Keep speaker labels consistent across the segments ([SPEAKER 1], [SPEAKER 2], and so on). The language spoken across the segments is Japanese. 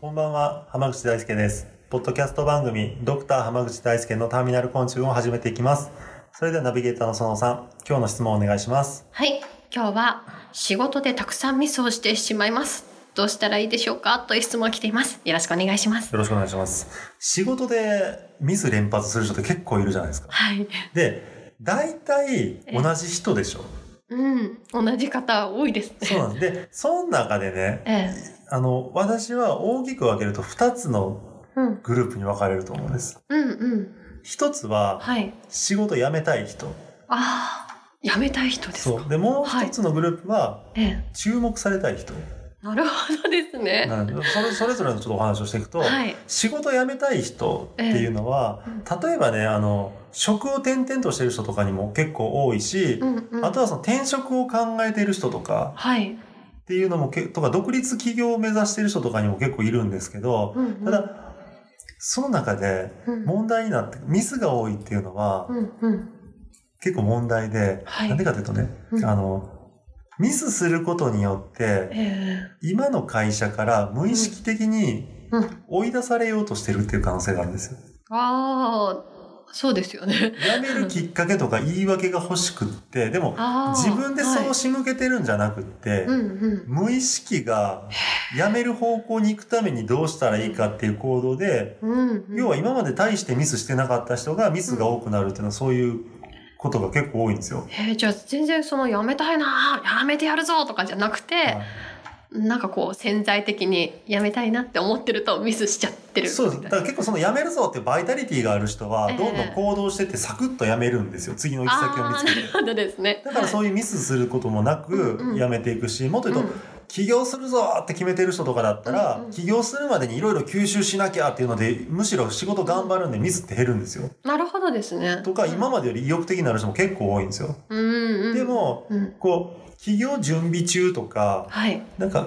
[SPEAKER 1] こんばんは、浜口大輔です。ポッドキャスト番組、ドクター浜口大輔のターミナルコンチューを始めていきます。それではナビゲーターの園さん、今日の質問をお願いします。
[SPEAKER 2] はい、今日は仕事でたくさんミスをしてしまいます。どうしたらいいでしょうかという質問が来ています。よろしくお願いします。
[SPEAKER 1] よろしくお願いします。仕事でミス連発する人って結構いるじゃないですか。
[SPEAKER 2] はい、
[SPEAKER 1] で、大体同じ人でしょ。
[SPEAKER 2] うん、同じ方多いですね。
[SPEAKER 1] そうなんです。で、その中でね、
[SPEAKER 2] ええ、
[SPEAKER 1] あの、私は大きく分けると2つの
[SPEAKER 2] うん、
[SPEAKER 1] グループに分かれると思うんです。
[SPEAKER 2] うん、うん、
[SPEAKER 1] 一つは、
[SPEAKER 2] はい。
[SPEAKER 1] 仕事辞めたい人。
[SPEAKER 2] ああ、辞めたい人です
[SPEAKER 1] そう。
[SPEAKER 2] か。
[SPEAKER 1] で、もう一つのグループは、
[SPEAKER 2] ええ、
[SPEAKER 1] 注目されたい人。
[SPEAKER 2] なるほどですね。
[SPEAKER 1] なのでそれそれぞれのちょっとお話をしていくと、
[SPEAKER 2] はい、
[SPEAKER 1] 仕事辞めたい人っていうのは、
[SPEAKER 2] え
[SPEAKER 1] 例えばねあの職を転々としてる人とかにも結構多いし
[SPEAKER 2] う、ん、うん
[SPEAKER 1] あ、とはその転職を考えてる人とか
[SPEAKER 2] はい、
[SPEAKER 1] っていうのもけとか独立起業を目指してる人とかにも結構いるんですけど、
[SPEAKER 2] うん、うん
[SPEAKER 1] た、だその中で
[SPEAKER 2] うん、
[SPEAKER 1] 問題になってミスが多いっていうのは
[SPEAKER 2] うん、うん、
[SPEAKER 1] 結構問題で、
[SPEAKER 2] はい
[SPEAKER 1] なんでかというとね、
[SPEAKER 2] うん
[SPEAKER 1] あのミスすることによって
[SPEAKER 2] え
[SPEAKER 1] 今の会社から無意識的に
[SPEAKER 2] え、うん、
[SPEAKER 1] 追い出されようとしてるっていう可能性があるんですよ。
[SPEAKER 2] ああ、そうですよね。
[SPEAKER 1] 辞めるきっかけとか言い訳が欲しくって、でも
[SPEAKER 2] ああ、
[SPEAKER 1] 自分でそう
[SPEAKER 2] はい
[SPEAKER 1] 仕向けてるんじゃなくって、
[SPEAKER 2] うん、うん、
[SPEAKER 1] 無意識が辞める方向に行くためにどうしたらいいかっていう行動で、
[SPEAKER 2] うん、うん
[SPEAKER 1] 要は今まで大してミスしてなかった人がミスが多くなるっていうのはそういうことが結構多いんですよ。
[SPEAKER 2] えー、じゃあ全然そのやめたいなやめてやるぞとかじゃなくて、なんかこう潜在的にやめたいなって思ってるとミスしちゃってる
[SPEAKER 1] そうです。
[SPEAKER 2] み
[SPEAKER 1] だ
[SPEAKER 2] たい
[SPEAKER 1] から
[SPEAKER 2] な
[SPEAKER 1] 結構その辞めるぞっていうバイタリティがある人は、
[SPEAKER 2] ええ
[SPEAKER 1] どんどん行動してってサクッと辞めるんですよ。次の行き先を見
[SPEAKER 2] あ
[SPEAKER 1] つ
[SPEAKER 2] ー
[SPEAKER 1] け
[SPEAKER 2] な
[SPEAKER 1] て
[SPEAKER 2] る。ほどですね
[SPEAKER 1] だから
[SPEAKER 2] う
[SPEAKER 1] そういうミスすることもなく
[SPEAKER 2] うんうん
[SPEAKER 1] やめていくし、もっと言うと、起業するぞって決めてる人とかだったら、
[SPEAKER 2] うんうん
[SPEAKER 1] 起業するまでにいろいろ吸収しなきゃっていうので、むしろ仕事頑張るんでミスって減るんですよ。
[SPEAKER 2] なるほどですね
[SPEAKER 1] とか、今までより意欲的になる人も結構多いんですよ。
[SPEAKER 2] うんうんうん
[SPEAKER 1] でも、
[SPEAKER 2] うん
[SPEAKER 1] こう、起業準備中とか、
[SPEAKER 2] はい
[SPEAKER 1] なんか、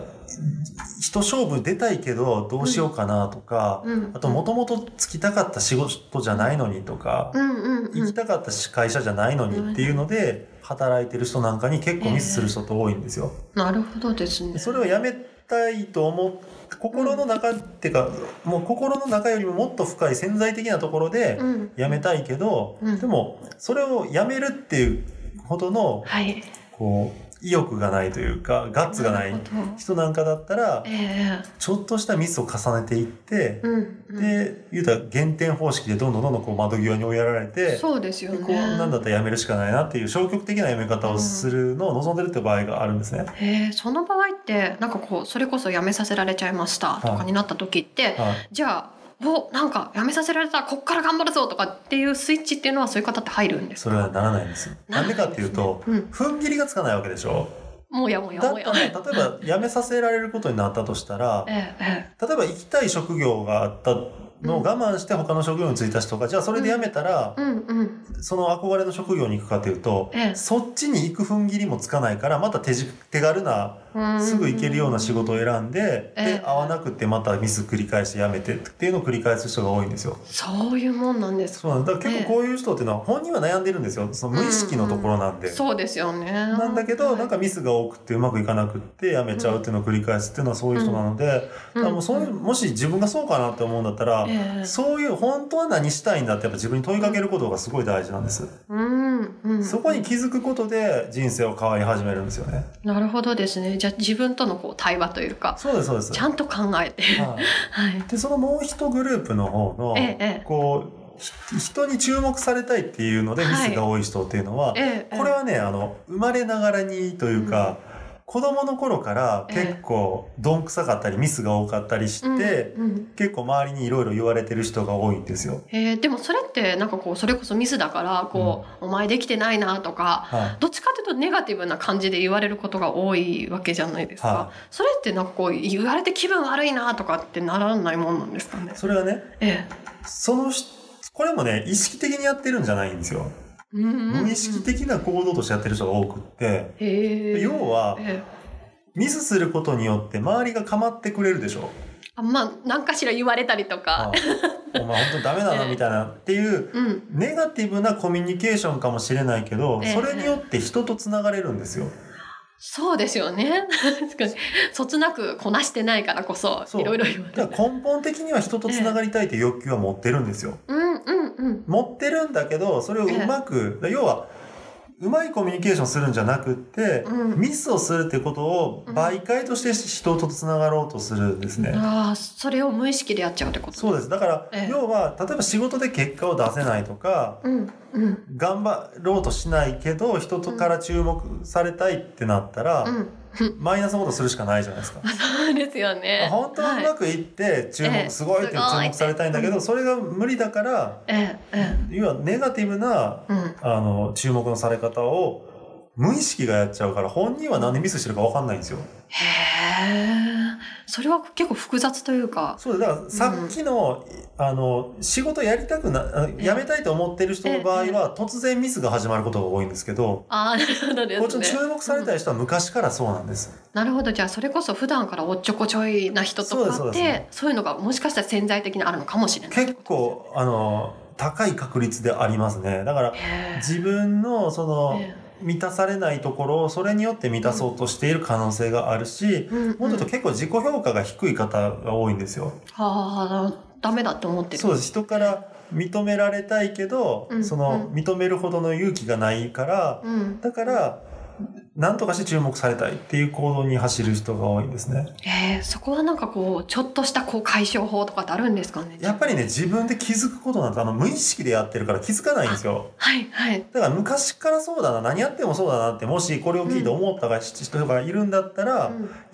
[SPEAKER 1] 人勝負出たいけどどうしようかなとか、
[SPEAKER 2] うん
[SPEAKER 1] あともともとつきたかった仕事じゃないのにとか、
[SPEAKER 2] うんうんう
[SPEAKER 1] 行き
[SPEAKER 2] ん
[SPEAKER 1] たかった会社じゃないのにっていうので、働いてる人なんかに結構ミスする人って多いんですよ。
[SPEAKER 2] なるほどですね
[SPEAKER 1] それをやめたいと思って心の中っていうかもう心の中よりももっと深い潜在的なところで
[SPEAKER 2] うん
[SPEAKER 1] やめたいけど、
[SPEAKER 2] うん
[SPEAKER 1] でもそれをやめるっていうほどの
[SPEAKER 2] はい
[SPEAKER 1] こう意欲がないというかガッツがない
[SPEAKER 2] るほど
[SPEAKER 1] 人なんかだったら
[SPEAKER 2] ええ
[SPEAKER 1] ちょっとしたミスを重ねていって、
[SPEAKER 2] うんうん
[SPEAKER 1] で言うたら減点方式でどんどんどんどんこう窓際に追いやられて。
[SPEAKER 2] そうですよ
[SPEAKER 1] で
[SPEAKER 2] ね
[SPEAKER 1] こうなんだったらやめるしかないなっていう消極的なやめ方をするのを望んでるって場合があるんですね。
[SPEAKER 2] えー、その場合ってなんかこうそれこそ辞めさせられちゃいましたと
[SPEAKER 1] は
[SPEAKER 2] か
[SPEAKER 1] い
[SPEAKER 2] になった時って、
[SPEAKER 1] はい
[SPEAKER 2] じゃあおなんかやめさせられたこっから頑張るぞとかっていうスイッチっていうのはそういう方って入るんです
[SPEAKER 1] それはならないんですよ。
[SPEAKER 2] な
[SPEAKER 1] な
[SPEAKER 2] ら
[SPEAKER 1] ん
[SPEAKER 2] ない
[SPEAKER 1] でかっていうと、
[SPEAKER 2] うん
[SPEAKER 1] 踏ん切りがつかないわけでしょ。
[SPEAKER 2] もやもや
[SPEAKER 1] だっ
[SPEAKER 2] も
[SPEAKER 1] た
[SPEAKER 2] や
[SPEAKER 1] ら、例えば辞めさせられることになったとしたら
[SPEAKER 2] え、ええ
[SPEAKER 1] 例えば行きたい職業があったのを我慢して他の職業に就いた人が、じゃあそれで辞めたら
[SPEAKER 2] え、うんうん
[SPEAKER 1] その憧れの職業に行くかというと、
[SPEAKER 2] ええ
[SPEAKER 1] そっちに行く踏ん切りもつかないから、また手じ手軽な、
[SPEAKER 2] うん
[SPEAKER 1] すぐ行けるような仕事を選んで、
[SPEAKER 2] ええ
[SPEAKER 1] で、合わなくてまたミス繰り返して辞めてっていうのを繰り返す人が多いんですよ。
[SPEAKER 2] そういうもんなんです
[SPEAKER 1] そうなんだ。だから結構こういう人っていうのは本人は悩んでるんですよ。その無意識のところなんで。
[SPEAKER 2] そうですよね
[SPEAKER 1] な
[SPEAKER 2] なん
[SPEAKER 1] だけど、なんかミスが多くてうまくいかなくってやめちゃうっていうのを繰り返すっていうのはそういう人なので、だからもうそういう、もし自分がそうかなって思うんだったら、
[SPEAKER 2] ええ
[SPEAKER 1] そういう本当は何したいんだってやっぱ自分に問いかけることがすごい大事なんです。
[SPEAKER 2] うんうん
[SPEAKER 1] そこに気づくことで人生を変わり始めるんですよね。
[SPEAKER 2] なるほどですねじゃあ自分とのこう対話というか
[SPEAKER 1] そうです、そうです。
[SPEAKER 2] ちゃんと考えて
[SPEAKER 1] はい
[SPEAKER 2] はい
[SPEAKER 1] で、そのもう一グループの方の、
[SPEAKER 2] ええええ
[SPEAKER 1] こう、ひ人に注目されたいっていうのでミスが多い人っていうのは、
[SPEAKER 2] ええええ
[SPEAKER 1] これはね、あの、生まれながらにというか、子供の頃から結構どんくさかったりミスが多かったりして、
[SPEAKER 2] うんうん
[SPEAKER 1] 結構周りにいろいろ言われてる人が多いんですよ。
[SPEAKER 2] えーでもそれってなんかこうそれこそミスだからこう、お前できてないなとか
[SPEAKER 1] は
[SPEAKER 2] どっちかというとネガティブな感じで言われることが多いわけじゃないですか、
[SPEAKER 1] は
[SPEAKER 2] それってなんかこう言われて気分悪いなとかってならないもんなんですか
[SPEAKER 1] い。
[SPEAKER 2] ね
[SPEAKER 1] それはね、
[SPEAKER 2] ええ
[SPEAKER 1] そのしこれもね、意識的にやってるんじゃないんですよ。
[SPEAKER 2] うんうんうん
[SPEAKER 1] 無意識的な行動としてやってる人が多くって、
[SPEAKER 2] へえ
[SPEAKER 1] 要は
[SPEAKER 2] ええ
[SPEAKER 1] ミスすることによって周りが構ってくれるでしょ。
[SPEAKER 2] あまあ何かしら言われたりと
[SPEAKER 1] あ
[SPEAKER 2] か、
[SPEAKER 1] お前本当にダメ だなみたいなっていう
[SPEAKER 2] うん
[SPEAKER 1] ネガティブなコミュニケーションかもしれないけど、
[SPEAKER 2] ええ
[SPEAKER 1] それによって人とつながれるんですよ。
[SPEAKER 2] そうですよね確かにそつなくこなしてないからこそ
[SPEAKER 1] そう
[SPEAKER 2] いろいろ言われ
[SPEAKER 1] だ
[SPEAKER 2] る
[SPEAKER 1] から根本的には人とつながりたいという欲求は持ってるんですよ。
[SPEAKER 2] うんうんうん
[SPEAKER 1] 持ってるんだけど、それをうまく、要は、うまいコミュニケーションするんじゃなくって、
[SPEAKER 2] うん
[SPEAKER 1] ミスをするってことを媒介として人とつながろうとするんですね。
[SPEAKER 2] ああそれを無意識でやっちゃうってこと
[SPEAKER 1] そうです。だから、
[SPEAKER 2] ええ
[SPEAKER 1] 要は、例えば仕事で結果を出せないとか、
[SPEAKER 2] うんうん
[SPEAKER 1] 頑張ろうとしないけど、人とから注目されたいってなったら、
[SPEAKER 2] うん
[SPEAKER 1] マイナスのことするしかないじゃないですか。
[SPEAKER 2] そうですよね
[SPEAKER 1] 本当はうまくいって注
[SPEAKER 2] え
[SPEAKER 1] 目
[SPEAKER 2] え
[SPEAKER 1] すごいって注目されたいんだけどそれが無理だから
[SPEAKER 2] えええ
[SPEAKER 1] 要はネガティブな
[SPEAKER 2] えうん
[SPEAKER 1] あの注目のされ方を無意識がやっちゃうから本人は何でミスしてるか分かんないんですよ。
[SPEAKER 2] へえそれは結構複雑というか
[SPEAKER 1] そうだからさっきの,、あの仕事やりたくな
[SPEAKER 2] ええ
[SPEAKER 1] やめたいと思ってる人の場合
[SPEAKER 2] ええ
[SPEAKER 1] は突然ミスが始まることが多いんですけど。
[SPEAKER 2] ああなるほどで
[SPEAKER 1] こっち
[SPEAKER 2] す
[SPEAKER 1] の
[SPEAKER 2] ね
[SPEAKER 1] 注目されたい人は昔からそうなんです。
[SPEAKER 2] なるほどじゃあそれこそ普段からおっちょこちょいな人とかって
[SPEAKER 1] そ
[SPEAKER 2] そう
[SPEAKER 1] ですそう
[SPEAKER 2] う
[SPEAKER 1] で
[SPEAKER 2] いうのがもしかしたら潜在的にあるのかもしれない
[SPEAKER 1] 結構、あの、高い確率でありますね。だから、
[SPEAKER 2] へ
[SPEAKER 1] 自分の、その、
[SPEAKER 2] え
[SPEAKER 1] 満たされないところをそれによって満たそうとしている可能性があるし、
[SPEAKER 2] うんうん
[SPEAKER 1] もうちょっと結構自己評価が低い方が多いんですよ。
[SPEAKER 2] ああダメだって思ってる
[SPEAKER 1] そうです。人から認められたいけど、
[SPEAKER 2] うん
[SPEAKER 1] その
[SPEAKER 2] うん
[SPEAKER 1] 認めるほどの勇気がないから、
[SPEAKER 2] うん
[SPEAKER 1] だから、なんとかして注目されたいっていう行動に走る人が多いんですね。
[SPEAKER 2] えー、そこはなんかこうちょっとしたこう解消法とかってあるんですかね
[SPEAKER 1] やっぱりね、自分で気づくことなんて、あの、無意識でやってるから気づかないんですよ。
[SPEAKER 2] はいはい
[SPEAKER 1] だから昔からそうだな、何やってもそうだなって、もしこれを聞いて思ったが人がいるんだったら、やっ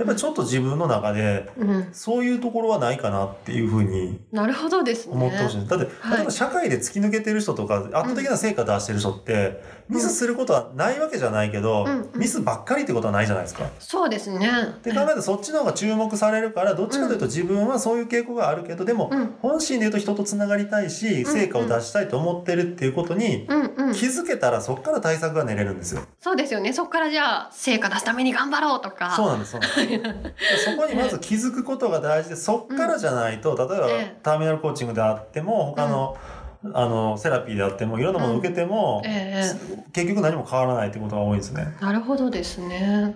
[SPEAKER 1] ぱりちょっと自分の中で、
[SPEAKER 2] うん、うん、
[SPEAKER 1] そういうところはないかなっていうふうに
[SPEAKER 2] なるほどですね
[SPEAKER 1] 思ってほしい。だって、
[SPEAKER 2] はい
[SPEAKER 1] 例えば社会で突き抜けてる人とか、圧倒的な成果出してる人って、
[SPEAKER 2] うん
[SPEAKER 1] ミスすることはないわけじゃないけど、
[SPEAKER 2] うんうん
[SPEAKER 1] ミスばっかりってことはないじゃないですか。っ
[SPEAKER 2] そうですね
[SPEAKER 1] て考えると、そっちの方が注目されるから、どっちかというと自分はそういう傾向があるけど、でも、
[SPEAKER 2] うん
[SPEAKER 1] 本心で言うと人とつながりたいし、成果を出したいと思ってるっていうことに、
[SPEAKER 2] うんうん
[SPEAKER 1] 気づけたらそっから対策が練れるんですよ。
[SPEAKER 2] そうですよねそこからじゃあ成果出すために頑張ろうとか
[SPEAKER 1] そうなんです、そうなんです。そ こにまず気づくことが大事で、そっからじゃないと、例えば
[SPEAKER 2] ええ
[SPEAKER 1] ターミナルコーチングであっても、他の、あの、セラピーであっても、いろんなものを受けても、
[SPEAKER 2] ええ
[SPEAKER 1] 結局何も変わらないってことが多いんですね。
[SPEAKER 2] なるほどですね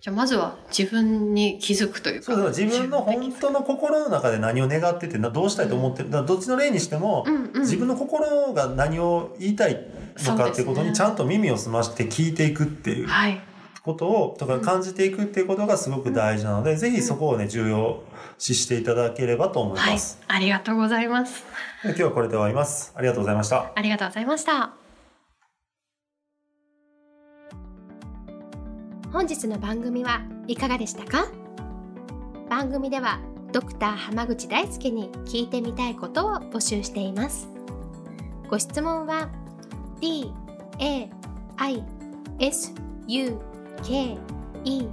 [SPEAKER 2] じゃあまずは自分に気づくというか
[SPEAKER 1] そうだから自分の本当の心の中で何を願ってて、などうしたいと思ってる、だからどっちの例にしても、
[SPEAKER 2] うんうん、
[SPEAKER 1] 自分の心が何を言いたいのかっていうこと
[SPEAKER 2] そうです
[SPEAKER 1] に
[SPEAKER 2] ね
[SPEAKER 1] ちゃんと耳を澄まして聞いていくっていう
[SPEAKER 2] はい
[SPEAKER 1] ことをとか感じていくっていうことがすごく大事なので、ぜひそこをね重要視していただければと思い
[SPEAKER 2] は
[SPEAKER 1] ま
[SPEAKER 2] い
[SPEAKER 1] す。
[SPEAKER 2] ありがとうございます
[SPEAKER 1] で今日はこれで終わります。ありがとうございました。
[SPEAKER 2] ありがとうございました
[SPEAKER 3] 本日の番組はいかがでしたか番組ではドクター濱口大輔に聞いてみたいことを募集していますご質問は d a i s u k e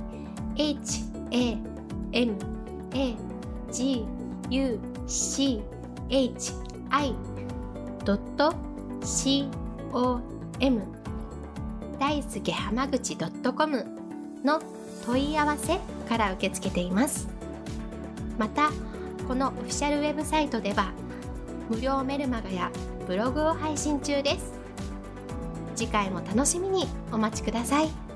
[SPEAKER 3] h a m a g u c h i c o m 大輔濱口 .com の問い合わせから受け付けていますまたこのオフィシャルウェブサイトでは無料メルマガやブログを配信中です次回も楽しみにお待ちください